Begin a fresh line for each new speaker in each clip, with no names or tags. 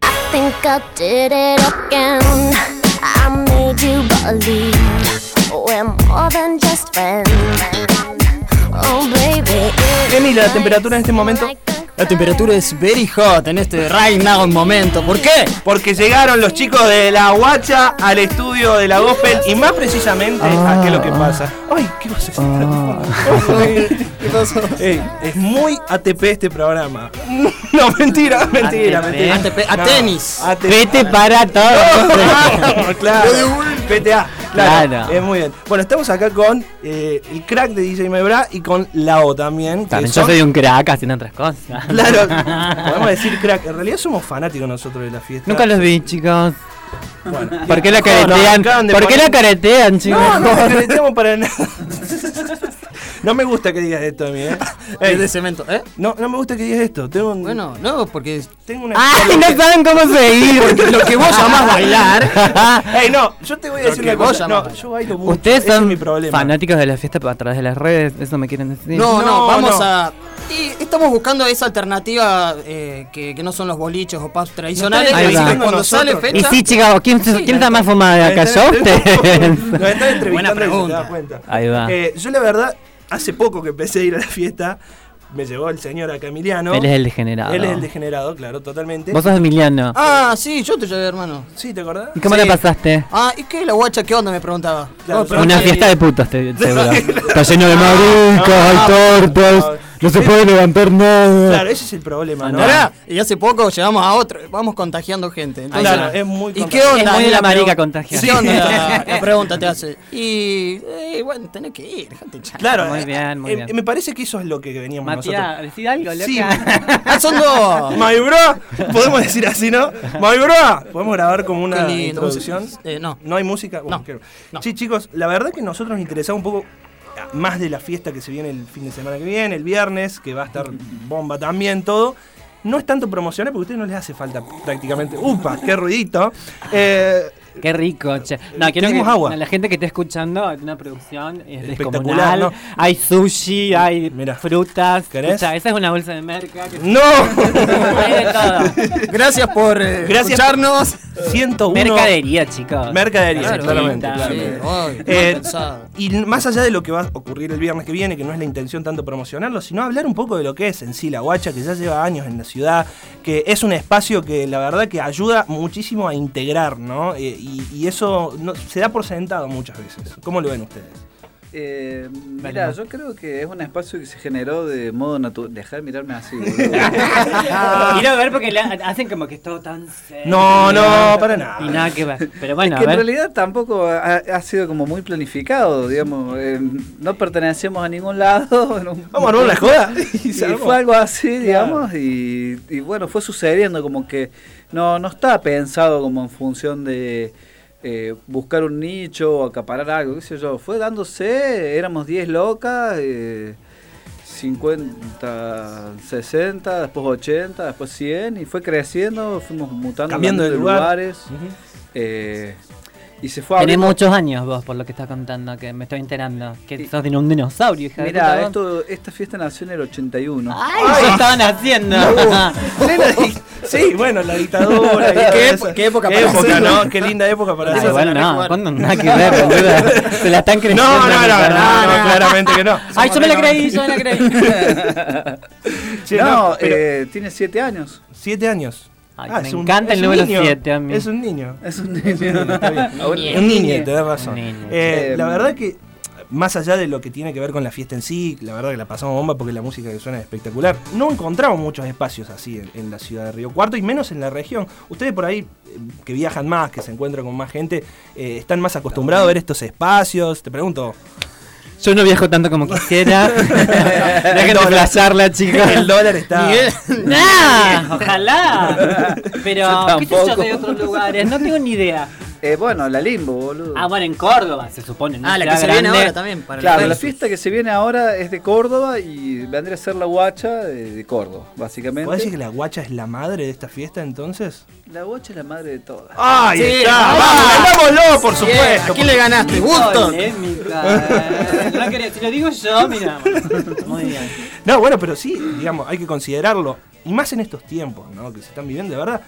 like I did it again. I made you believe we're more than just friends. Oh, baby.
Emi, la temperatura en este momento.
La temperatura es very hot en este right now momento. ¿Por qué?
Porque llegaron los chicos de la guacha al estudio de la gospel y más precisamente a qué es lo que pasa. Ay, ¿qué pasa?
Ah.
este
¿Qué pasó?
Ey, es muy ATP este programa. No, mentira, mentira, mentira.
ATP, a
No,
tenis.
ATP.
Vete para todo.
Claro, claro. PTA. Claro.
Claro.
Eh, muy bien. Bueno, estamos acá con eh, el crack de DJ Mebra y con Lao también. que
También yo
son-
soy un crack haciendo otras cosas.
Claro, podemos decir crack. En realidad somos fanáticos nosotros de la fiesta.
Nunca los vi, chicos.
Bueno.
¿Por qué la
nos
caretean?
acaban de
¿Por qué
poner-
la caretean, chicos?
No, no nos merecemos para nada. No me gusta que digas esto a mí, ¿eh? Ey,
Es de cemento, ¿eh?
no, no me gusta que digas esto. Tengo un-
Bueno, no, porque es-
tengo una.
¡Ay, Ah, no saben cómo seguir!
lo que vos llamás bailar.
Ey, no, yo te voy a
Lo
decir
que
una
vos
cosa.
llamás
No,
para-
yo bailo mucho.
Ustedes
ese es
son
mi problema.
fanáticos de la fiesta a través de las redes, eso me quieren decir.
No, no,
No,
vamos
no.
a. y Estamos buscando esa alternativa eh, que, que no son los boliches o pubs tradicionales.
Ahí
así
va.
que cuando
Nosotros.
sale
Y
fecha.
sí, chicas, ¿quién, quién está más fumada de acá?
Nos
¿Yo o
están
ustedes?
entrevistando- Nos están
Buena
entrevistando y se te
pregunta.
das cuenta.
Ahí va.
Eh, yo la verdad, hace poco que empecé a ir a la fiesta, me llevó el señor acá Emiliano.
Él es el degenerado.
Él es el degenerado, claro, totalmente.
Vos sos Emiliano.
Ah, sí, yo te llevé, hermano.
Sí, ¿te acordás?
¿Y cómo
sí.
la pasaste?
Ah, ¿y qué la guacha qué onda? Me preguntaba.
Claro,
No, pero-
Una
eh,
fiesta de putos, te- seguro. Está lleno de
Ah,
maricas, hay
ah,
tortas, no se puede levantar
Claro,
nada.
ese es el problema, ¿no?
Pará, y hace poco llevamos a otro, vamos contagiando gente. Entonces,
Claro, es muy
¿Y
contagioso.
qué onda?
Es muy
Y
de la marica
pregu-
contagiar.
¿Qué onda? La, la pregunta te hace. Y eh, bueno, tenés que ir, dejate echar.
Claro,
Muy
eh,
bien, muy
eh,
bien.
eh, me parece que eso es lo que veníamos nosotros.
decí algo,
Sí.
Ah, son dos.
My bro, podemos decir así, ¿no? My bro, podemos grabar como una
Qué lindo.
introducción.
Eh, no.
no hay música. Bueno,
No,
creo.
no.
Sí, chicos, la verdad que nosotros nos interesaba un poco ah, más de la fiesta que se viene el fin de semana que viene, el viernes, que va a estar bomba también todo. No es tanto promocionar porque a ustedes no les hace falta prácticamente. ¡Upa! ¡Qué ruidito! Eh,
Qué rico, che. No, quiero que
Tenemos agua.
a la gente que esté escuchando, hay una producción es
Espectacular,
descomunal.
¿no?
Hay sushi, hay
Mirá.
frutas.
¿Querés?
Escucha, esa es una bolsa de merca. Que
¡No!
hay de todo.
Gracias por eh,
Gracias.
escucharnos.
101.
Mercadería, chicos.
Mercadería,
Claro,
claramente,
linda.
claramente.
Sí, ay, mal
Eh,
pensado.
y más allá de lo que va a ocurrir el viernes que viene, que no es la intención tanto promocionarlo, sino hablar un poco de lo que es en sí la guacha, que ya lleva años en la ciudad, que es un espacio que la verdad que ayuda muchísimo a integrar, ¿no? Eh, y, y eso no- se da por sentado muchas veces. ¿Cómo lo ven ustedes?
Eh, mira, yo creo que es un espacio que se generó de modo natural. Dejar de mirarme así. boludo.
Ah. Quiero ver porque le ha- hacen como que es todo tan serio.
No, no, para
Y
nada.
nada que ver. Pero bueno,
que
a
en
ver.
realidad tampoco ha, ha sido como muy planificado, digamos. eh, no pertenecemos a ningún lado. en un-
Vamos a armar una joda.
Y
se armó.
fue algo así, digamos, y, y bueno, fue sucediendo como que no, no está pensado como en función de eh, buscar un nicho o acaparar algo, qué sé yo. Fue dándose, éramos 10 locas, eh, 50, 60, después 80, después 100, y fue creciendo, fuimos mutando,
Cambiando de
cambiando
lugar.
lugares. eh, y se fue
Tenés
abriendo-
muchos años vos por lo que estás contando, que me estoy enterando. Que
Y-
sos de un dinosaurio, hija de puta,
Mirá,
vos.
esto, esta fiesta nació en el 81.
¡Ay! ya estaban haciendo.
Plena di- Sí, bueno, la dictadura. y
¿Qué
todo
ep-
eso.
qué época para
época,
hacerlo?
¿no? Qué linda época para
Ay,
hacerlo.
bueno, no,
jugar.
¿cuándo? nada que ver, boluda. Se la están creyendo.
No, no, no, no,
¿verdad?
no, claramente que no.
Ay, yo me la creí, yo me la creí.
Sí,
no,
no, pero-
eh, tiene 7 años.
Siete años.
Ay,
Ah,
me
es un-
encanta el
es un
número
niño.
7 a mí.
Es un niño.
Es un
Está bien.
niño.
un niño, tenés razón.
Un niño.
Eh,
Eh,
la verdad que, más allá de lo que tiene que ver con la fiesta en sí, la verdad que la pasamos bomba porque la música que suena es espectacular. No encontramos muchos espacios así en, en la ciudad de Río Cuarto y menos en la región. Ustedes por ahí eh, que viajan más, que se encuentran con más gente, eh, están más acostumbrados a ver estos espacios. Te pregunto,
Yo no viajo tanto como quisiera. Dejen de flasharla, chicos.
el dólar está.
¡Nah! Ojalá. Pero,
Yo
¿qué sé yo
tampoco.
de otros lugares? No tengo ni idea.
Eh, bueno, la limbo, boludo.
Ah, bueno, en Córdoba, se supone. ¿no?
Ah, la
Será
que se viene
grande.
ahora también. Para
claro, la
los-
fiesta que se viene ahora es de Córdoba y vendría a ser la guacha de, de Córdoba,
¿Puedes decir que
básicamente.
la guacha es la madre de esta fiesta entonces?
La guacha es la madre de todas.
¡Ahí
Sí,
está!
vamos.
¡Vamos! ¡Vendámoslo, por
Bien,
supuesto!
¿A quién le ganaste? Gusto.
eh. Polémica. No quería- Si lo digo yo, mira. Muy bien.
No, bueno, pero sí, digamos, hay que considerarlo. Y más en estos tiempos, ¿no? Que se están viviendo, de verdad.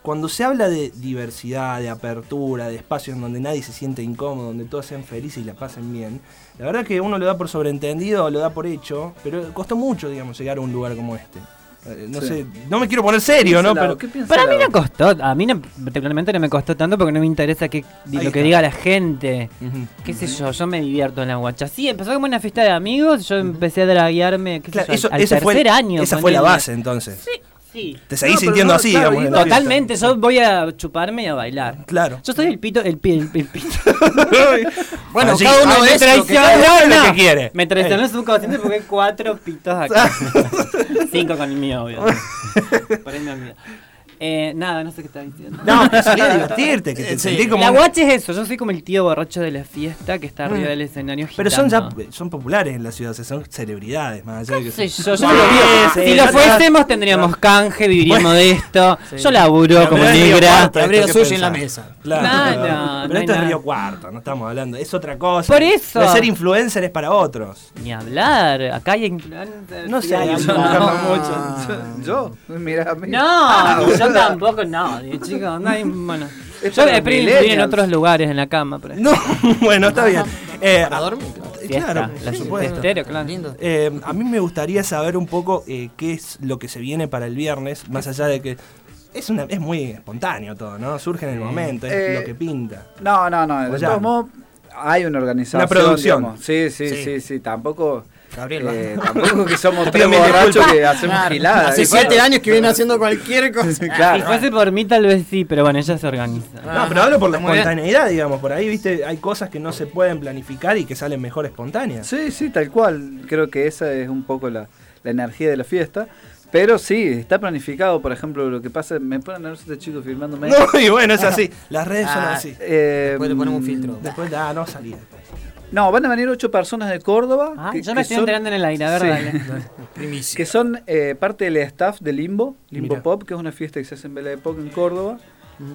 cuando se habla de diversidad, de apertura, de espacios en donde nadie se siente incómodo, donde todos sean felices y la pasen bien, la verdad que uno lo da por sobreentendido, lo da por hecho, pero costó mucho, digamos, llegar a un lugar como este. Eh, No
Sí.
sé, no me quiero poner serio, ¿no? Pero,
¿Qué piensa
Para mí
Lau?
no costó, a mí no- particularmente no me costó tanto porque no me interesa que,
Ahí
lo
está.
que diga la gente.
Ujú.
¿Qué sé yo? Yo me divierto en la guacha. Sí, empezó como una fiesta de amigos, yo empecé a draguearme, qué sé
Claro,
yo,
eso-
al
ese fue,
tercer año.
esa fue la
ponele.
base entonces.
Sí, sí.
Te seguís
No, pero
sintiendo
no,
así,
claro,
digamos. en este la
iba-
fiesta.
Totalmente, yo voy a chuparme y a bailar.
Claro.
Yo soy el pito, el pi- el- el pito.
Bueno,
Allí,
cada uno
ahí
de
me
esos.
traiciona. Cada uno lo que quiere.
Me traicionó el subconsciente porque hay cuatro pitos acá. Cinco con el mío, obvio. Por ahí me olvido. Eh, nada, no sé qué estaba diciendo.
No, que salí a divertirte, que te
Sí.
sentís como.
La
un- Mm.
guacha es eso, yo soy como el tío borracho de la fiesta que está arriba del escenario
Pero son ya
agitando.
son populares en la ciudad, o sea, son celebridades más allá de que
Sí,
son-
yo, yo no lo digo.
Ah, Sí,
si
sí,
lo
ya-
fuésemos tendríamos canje, viviríamos de esto. Yo
Pero
laburo como
es Río
negra.
Cuarto, esto
Habría
que
sushi en la
pensás.
mesa.
Claro.
No,
claro.
no,
pero
no hay
esto es
nada.
Río Cuarto, no estamos hablando, es otra cosa.
Por eso.
De ser influencer es para otros.
Ni hablar, acá hay influencers.
No sé,
Sí, hay
yo
ambas.
nunca-
Yo, mira a mí.
No, yo tampoco, no, digo, chicos, no hay, bueno.
Es
Yo
para
espero influir en
millennials.
otros lugares, en la cama, por ejemplo.
No, bueno, está bien. Eh,
Para dormir.
Fiesta,
claro,
la
por supuesto.
fiestero, claro.
Lindo.
Eh, a mí me gustaría saber un poco eh, qué es lo que se viene para el viernes, más allá de que es una es muy espontáneo todo, ¿no? Surge en el momento, es
Eh,
lo que pinta.
No, no, no. De
O sea,
todos modos, hay una organización.
una producción.
digamos. Sí, sí,
Sí.
sí, sí, Tampoco.
Gabriel,
eh, tampoco que somos
Te
tres
pido mil
borrachos
disculpas.
que hacemos
Claro.
giladas.
Hace
¿eh?
siete
Bueno.
años que vienen haciendo cualquier cosa.
Si
Claro.
fuese por mí, tal vez sí, pero bueno, ella se organiza.
No, pero hablo por la
Muy bien.
espontaneidad, digamos, por ahí, viste, hay cosas que no se pueden planificar y que salen mejor espontáneas.
Sí, sí, tal cual. Creo que esa es un poco la, la energía de la fiesta. Pero sí, está planificado, por ejemplo, lo que pasa, me ponen a este chico firmándome.
No, y bueno, es así. Las redes son
Ah.
así.
Eh,
Después le ponemos un filtro.
Después, ah, no salí después.
No, van a venir ocho personas de Córdoba.
Ah,
que-
yo
que
me estoy
son-
enterando en el aire, a ver,
Sí.
dale.
que son eh, parte del staff de Limbo, Limbo
Mirá.
Pop, que es una fiesta que se hace en Bella Época en Córdoba.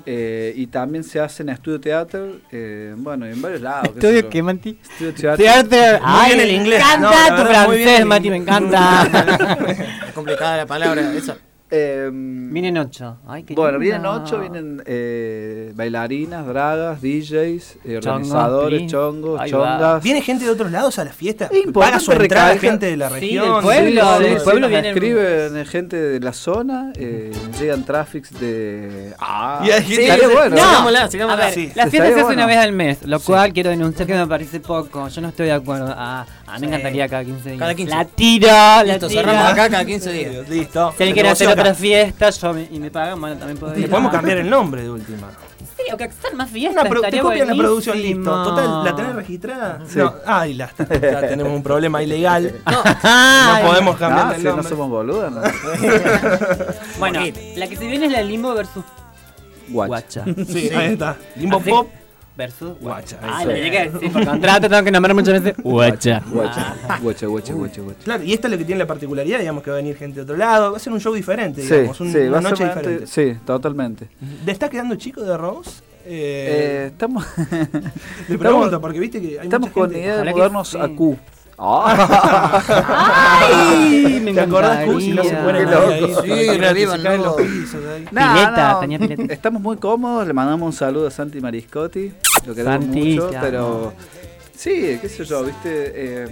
eh, y también se hace en Estudio Teatro, eh, bueno, y en varios lados. qué sé yo.
Mati?
Estudio Teatro.
Teatro. Ay,
bien el
me
inglés. No,
encanta
la
tu
verdad, muy bien
francés,
el
Mati, me encanta.
Complicada la palabra. Eso.
Eh,
vienen ocho. Ay, qué
bueno,
lindo.
vienen ocho, vienen eh, bailarinas, dragas, DJs, eh,
Chongos,
organizadores,
plis.
chongos,
Ahí va.
chongas.
¿Viene gente de otros lados a la fiesta?
Es importante
¿Paga su entrada
recalcar-
gente de la
Sí,
región?
del pueblo,
Sí,
del
sí,
pueblo
nos
vienen-
escriben eh, gente de la zona, eh, llegan traffics de... Ah,
Y hay gente-
estaría bueno.
No,
Sigámosla, sigámosla.
a ver,
Sí.
la fiesta se
Estaría
hace
bueno.
una vez al mes, lo cual quiero denunciar que me parece poco. Yo no estoy de acuerdo. Ah, a mí me encantaría cada 15 días.
Cada 15.
La tiro, la
Listo,
tiro.
cerramos acá cada 15 días.
Listo.
Si alguien quiere hacer otra fiesta yo me- y me pagan, bueno, también puedo
Le
ir.
podemos
Ah.
cambiar el nombre de última.
Sí, o que hacer
Una
más fiestas.
pro- te
estaría
copian la producción, listo.
buenísimo.
Total, ¿la tenés registrada? No. Ay, la, ya tenemos un problema ilegal.
Ah,
No,
Ay,
podemos
No,
cambiar
si
el
Ah, no
nombre.
somos boludos, no.
Bueno, la que se viene es la Limbo versus
Guacha.
Guacha.
Sí, ahí está. Limbo
Así-
Pop.
Versus
Guacha,
Guacha.
ahí
Ah,
está.
lo llegué a decir por contrato, tengo que nombrar muchas veces Guacha.
Guacha, guacha, guacha, guacha, guacha.
Claro, y esta es lo que tiene la particularidad, digamos, que va a venir gente de otro lado. Va a ser un show diferente,
Sí,
digamos. un-
sí,
una
va a ser
noche
bastante-
diferente.
Sí, totalmente.
¿Le está quedando chico de Rose?
Eh,
Eh,
estamos
le pregunto, porque viste que hay
estamos
mucha
con la
gente-
idea de
Ojalá que
mudarnos
sí.
a Q. Ah.
¡Ay! Me
¿Te acordás,
encantaría.
Cusi? No se
Qué
muere
loco.
nadie ahí.
Sí,
Imagínate,
revivan,
se caen
no.
los pisos ahí.
No,
Pileta,
no,
tenía pileta.
Estamos muy cómodos, le mandamos un saludo a Santi Mariscotti. Lo queremos
Santi,
mucho,
te
pero.
amo.
Sí, qué sé yo, viste. eh,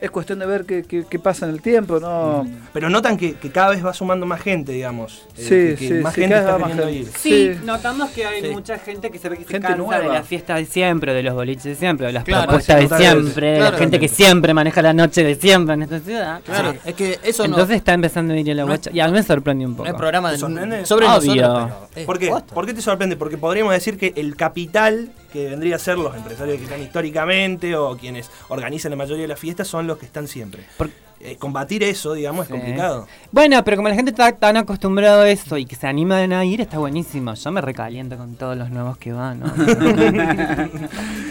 es cuestión de ver qué, qué- qué pasa en el tiempo, ¿no?
Pero notan que, que cada vez va sumando más gente, digamos. eh,
Sí,
que- que
sí,
más
sí,
gente
cada
está
vez más
queriendo
gente.
ir.
Sí,
Sí.
notamos que hay
Sí.
mucha gente que se ve que se
Gente
cansa de
nueva.
las fiestas de siempre, de los boliches de siempre, de las
Claro,
propuestas
sí,
de siempre, de la
claro.
gente que siempre maneja la noche de siempre en esta ciudad.
Claro, es que eso no,
Entonces está empezando a ir a la
No es-
guacha. Y a mí me sorprende un
no
poco.
es programa de
¿Te sorprende?
sobre
Obvio.
nosotros. pero, eh,
¿Por qué?
posta.
¿Por qué te sorprende? Porque podríamos decir que el capital que vendría a ser los empresarios que están históricamente o quienes organizan la mayoría de las fiestas son los que están siempre.
Por-
Eh, combatir eso, digamos, es
Sí.
complicado.
Bueno, pero como la gente está tan acostumbrada a eso y que se animan a ir, está buenísimo. Yo me recaliento con todos los nuevos que van. ¿no?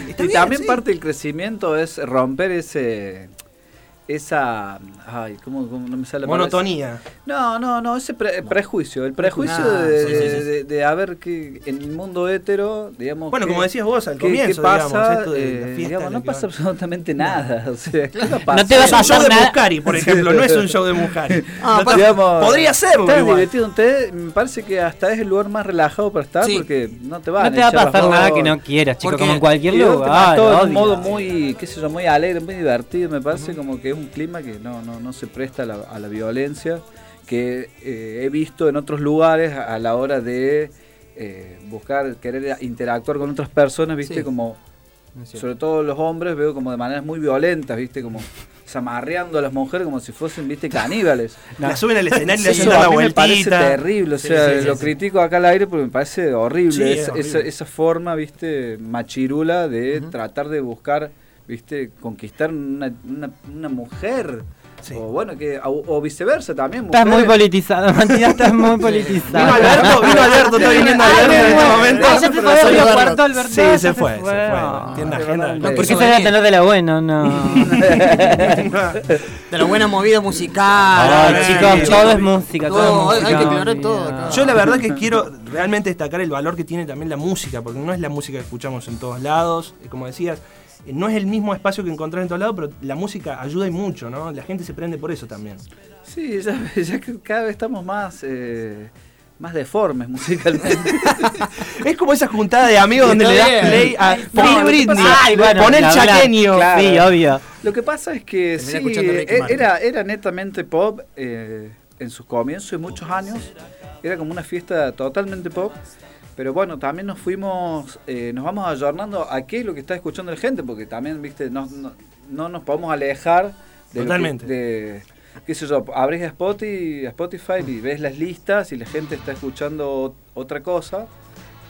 y también parte del crecimiento es romper ese esa. Ay, ¿cómo, cómo no me sale la palabra?
Monotonía.
No, no, no, ese pre- prejuicio. El prejuicio
Ah,
de,
sí, sí, sí.
de- de a ver que en el mundo hétero, digamos.
Bueno,
que-
como decías vos al
que-
comienzo,
que pasa,
digamos, esto de la
eh,
fiesta
digamos,
en la
no
que
pasa
van.
absolutamente nada. O sea, ¿qué va a
No te vas
Es
pasar?
un show de
nada.
Muscari, por ejemplo, no es un show de Muscari.
Ah,
No está-
pues,
Digamos,
podría serlo
Está
igual.
divertido. Usted, me parece que hasta es el lugar más relajado para estar
Sí.
porque no te van
No te va a
echar las
pasar nada
bolas.
que no quieras, chicos,
Porque-
como en cualquier
Y de última,
lugar.
todo de
obvio.
un modo muy, qué sé yo, muy alegre, muy divertido, me parece como que es un clima que no, no, no se presta a la, a la violencia, que eh, he visto en otros lugares a, a la hora de eh, buscar, querer interactuar con otras personas, viste,
Sí.
como,
No es cierto.
sobre todo los hombres, veo como de maneras muy violentas, viste, como zamarreando a las mujeres como si fuesen, viste, caníbales.
La suben al escenario y le
Eso
hacen dar la
a mí me parece
vueltita.
terrible, o
Sí,
sea,
sí, sí,
lo
sí.
critico acá al aire porque me parece horrible,
Sí, es
esa,
horrible.
esa- esa forma, viste, machirula de tratar de buscar, viste, conquistar una, una- una mujer.
Sí.
O bueno, que o, o viceversa también.
Estás muy
mujeres-
politizado, Matías, estás muy
Vino
politizado.
Alberto, vino Alberto, está viniendo Alberto en este momento.
Ah, ya se fue
Saludarlo.
Río Cuarto, Alberto.
Sí,
ya
se fue, se fue.
Ah.
Tiene una
de
agenda.
verdad,
¿Por
Porque
qué se
eso
va a
venía.
tener de la buena? No.
De la buena movida musical.
Ay,
Ay, Ah, chicos,
chicos.
todo es música.
No,
Todo es
hay- hay que
música.
aclarar todo acá.
Yo la verdad que quiero realmente destacar el valor que tiene también la música, porque no es la música que escuchamos en todos lados, eh, como decías, eh, no es el mismo espacio que encontrar en todos lados, pero la música ayuda y mucho, ¿no? La gente se prende por eso también.
Sí, ya, ya que cada vez estamos más, eh, más deformes musicalmente.
Es como esa juntada de amigos donde
Está
le das
bien.
play a
No,
Free
lo que
Britney,
pasa-
Ay, bueno,
pon el
la- la-
chaqueño.
Claro.
Sí, obvio.
Lo que pasa es que
Terminé
sí,
escuchando Ricky
e-
Martin.
era, era netamente pop eh, en sus comienzos y muchos años. Era como una fiesta totalmente pop. Pero bueno, también nos fuimos, eh, nos vamos ayornando a qué es lo que está escuchando la gente, porque también, viste, no, no, no nos podemos alejar de lo que-
Totalmente.
de, qué sé yo, abrís a Spotify, a Spotify y ves las listas y la gente está escuchando otra cosa.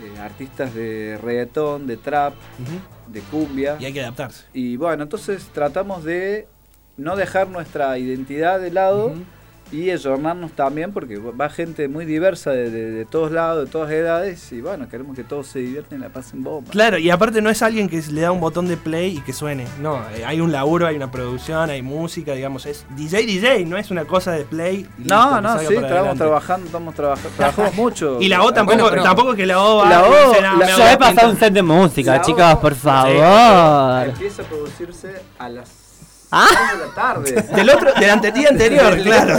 eh, artistas de reggaetón, de trap,
Ujú.
de cumbia.
Y hay que adaptarse.
Y bueno, entonces tratamos de no dejar nuestra identidad de lado y ayornarnos también, porque va gente muy diversa de, de- de todos lados, de todas edades, y bueno, queremos que todos se divierten y la pasen bomba.
Claro, y aparte no es alguien que le da un botón de play y que suene. No, eh, hay un laburo, hay una producción, hay música, digamos, es DJ DJ, no es una cosa de play. y listo,
No,
que
no,
salga
sí,
para
estamos
adelante.
trabajando, estamos trabajando, trabajamos mucho.
Y la O tampoco,
Bueno, pero-
tampoco que la O va.
La O,
y dice, "No,
la-
me
Yo
hago
he pasado un
pinta".
set de música,
La
chicos, por favor.
Empieza a producirse a las
Ah.
6 de la tarde.
Del otro, del anterior anterior, claro.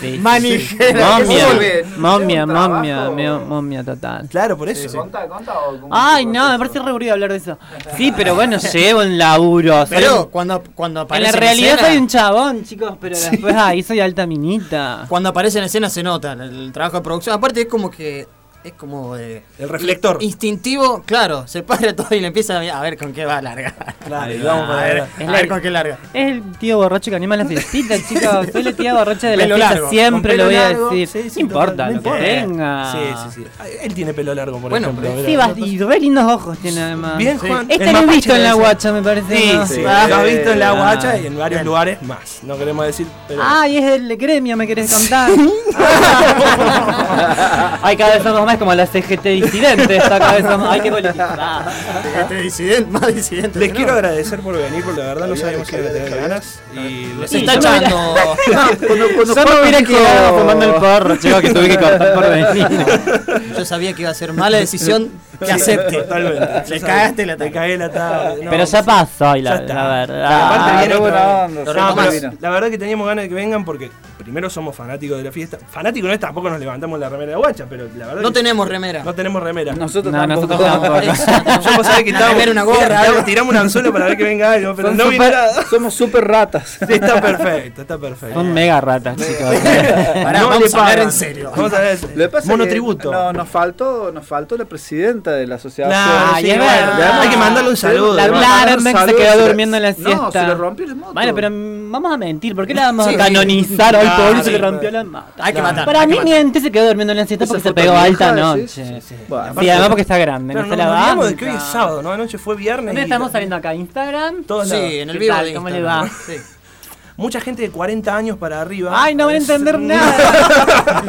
Sí.
Manijera.
Momia,
Eso vuelve-
momia,
es un trabajo.
momia, mio- momia total.
Claro, por eso.
Contá, contá, o cómo
Ay, no,
fue
me
todo
parece
eso.
re aburrido hablar de eso. Sí, pero bueno, llevo en laburo. soy
Pero
un-
cuando, cuando
en
aparece
la realidad
escena,
soy un chabón, chicos, pero después ahí soy alta minita.
Cuando aparece en escena se nota el, el trabajo de producción. Aparte es como que... Es como... eh,
El reflector.
Instintivo, claro. Se para todo y le empieza a, a ver con qué va a largar.
Claro, y vamos para
a ver,
adelante.
a ver con qué larga.
Es el tío borracho que anima las fiestitas, chicos. Soy la tía borracha de la
Pelo
fiesta,
largo,
siempre
Con
lo
pelo
voy a
largo,
decir.
sí, sí,
no importa,
total,
lo que
no importa.
tenga.
Sí, sí, sí. Ah, Él tiene pelo largo, por
Bueno,
ejemplo.
pero-
mira.
Sí, vas- y re lindos ojos tiene además.
Bien, Juan. El
Este lo he
mapache
visto en
debe
la
ser.
guacha, me parece.
Sí,
¿no?
sí.
Sí.
Lo has visto en la
Ah.
guacha y en varios lugares más. No queremos decir, pero.
Ay, es el gremio, me querés contar. Ay, cada vez somos más como la CGT disidente. Esta cada vez somos. Ay, qué politizada.
Este disidente, más disidente.
Les
que
quiero
no.
agradecer por venir, porque la verdad no sabemos si iban a tener ganas. Y
Les
Sí,
está
yo me-
echando.
Cuando- cuando
Yo me
Juan
hubiera
dijo-
quedado fumando el porro, chicos, que tuve que cortar por venir.
Yo sabía que iba a ser mala decisión que acepte.
Totalmente.
Le cagaste la
Me
tarde.
cagué la tarde. no.
Pero ya pasó, y la,
Ya está.
la
Ah,
Aparte
verdad.
viene
qué buena
otra vez. No,
onda, sí,
pero
más vino.
la verdad que teníamos ganas de que vengan porque primero somos fanáticos de la fiesta. Fanáticos no es, tampoco nos levantamos la remera de guacha, pero la verdad
No
que
tenemos remera.
no tenemos remera.
Nosotros
No,
tampoco.
nosotros tampoco.
Yo vos sabés que
Una
estábamos-
remera, una gorra,
mira,
algo.
tiramos un anzuelo para ver que venga algo, pero no vino nada.
Somos súper ratas.
Sí, está perfecto, está perfecto.
Son mega ratas, chicos.
Pará,
No
vamos
le
a hablar
pagan.
en serio.
Vamos a ver.
Lo que pasa es que
Monotributo.
no, nos faltó, nos faltó la presidenta de la asociación.
Nah,
Sí,
y es
bueno,
verdad.
le vamos-
Hay que
mandarle un saludo.
le vamos a
La
mandar
Blarmex se
saludos,
quedó
se le-
durmiendo en la
No,
siesta.
se le rompió la moto.
Bueno, pero mm, vamos a mentir, ¿por qué la vamos
Sí.
a canonizar hoy
Claro,
pobre se le
sí,
rompió
claro.
la mata?
Hay que matar.
Para
hay que
mí
matar.
miente se quedó durmiendo en la siesta
Esa
porque se
fue
pegó
tan
alta
vieja,
noche.
sí,
Sí,
sí, sí. Bueno,
además porque está grande,
Claro,
no se
nos
la
nos olvidamos
va.
de que hoy es sábado, ¿no? Anoche fue viernes.
¿Dónde
y-
estamos saliendo acá? ¿Instagram?
Todos
Sí,
lados.
en el
¿Qué
vivo
tal?
de
¿Cómo
Instagram.
le va?
Sí.
mucha gente de 40 años para arriba.
Ay, no van a
es-
entender nada.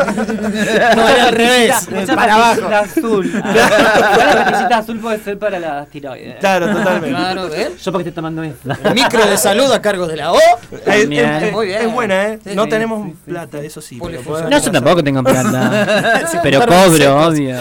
No, era al revés.
Mucha
Para abajo.
pastillita azul. Ah, igual la pastillita azul puede ser para las tiroides.
Claro, totalmente.
Claro, ¿ves?
Yo porque estoy tomando esa.
Micro de salud a cargo de la O.
Es, es-
Bien.
es-
Muy bien.
es buena, ¿eh?
Sí,
no
sí,
tenemos
sí, sí,
plata, eso sí. pero
Polifuncional.
podemos-
No, yo tampoco tengo plata. pero cobro, obvio.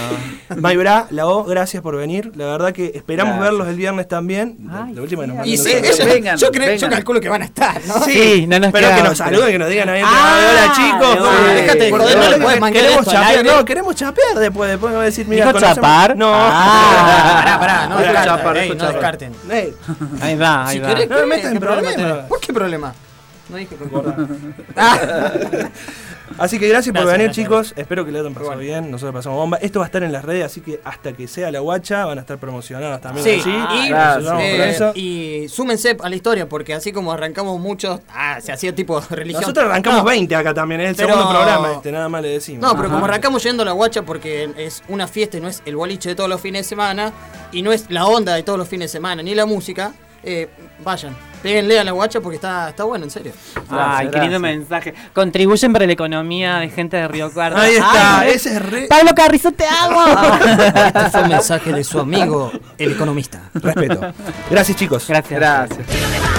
Mayurá, la O, gracias por venir. La verdad que esperamos
Gracias.
verlos el viernes también. La-
Ay,
la última que nos mandan
Y sí,
un saludo.
ellos-
Vengan,
yo, creo, yo
vengan.
calculo que van a estar, ¿no?
Sí,
Sí,
Ah,
no nos
pero
queda
que nos
otra.
saluden, que nos digan ahí.
Ah,
"Ay, hola chicos,
no,
¿cómo
sí.
andan?".
Déjate de
Queremos-
joder, no le puedes mangar
Queremos
esto al
chapear,
aire.
no, queremos chapear después, después me va a decir, mira,
¿Dijo
conocemos-
chapar?
No.
Ah.
Pará, pará, no
Ahora
descarten,
chapar,
ey,
ahora
no
chapar.
descarten.
Eh,
Ahí va, ahí
Si
va.
querés,
No me
¿qué-
metas en
qué
problemas.
¿Por qué problema? No dije con Ah,
Así que gracias, por
Gracias,
venir,
gracias.
chicos. Espero que lo hayan pasado bien. Nosotros pasamos bomba. Esto va a estar en las redes, así que hasta que sea la guacha van a estar promocionadas también.
Sí,
allí.
y,
claro,
Nos ayudamos
eh,
con eso.
y súmense a la historia, porque así como arrancamos muchos, ah, se hacía tipo religión.
Nosotros arrancamos
No,
20 acá también, es el
Pero-
segundo programa este, nada más le decimos.
No, pero
Ajá.
como arrancamos yendo a la guacha porque es una fiesta y no es el boliche de todos los fines de semana y no es la onda de todos los fines de semana ni la música, eh, vayan, péguenle a la guacha porque está, está bueno, en serio.
Ay, qué lindo mensaje. Contribuyen para la economía de gente de Río Cuarto.
Ahí está,
Ay,
ese es re...
Pablo Carrizo, te amo.
este fue un mensaje de su amigo, el economista.
Respeto. Gracias, chicos.
Gracias.
Gracias.
Feel the vibe.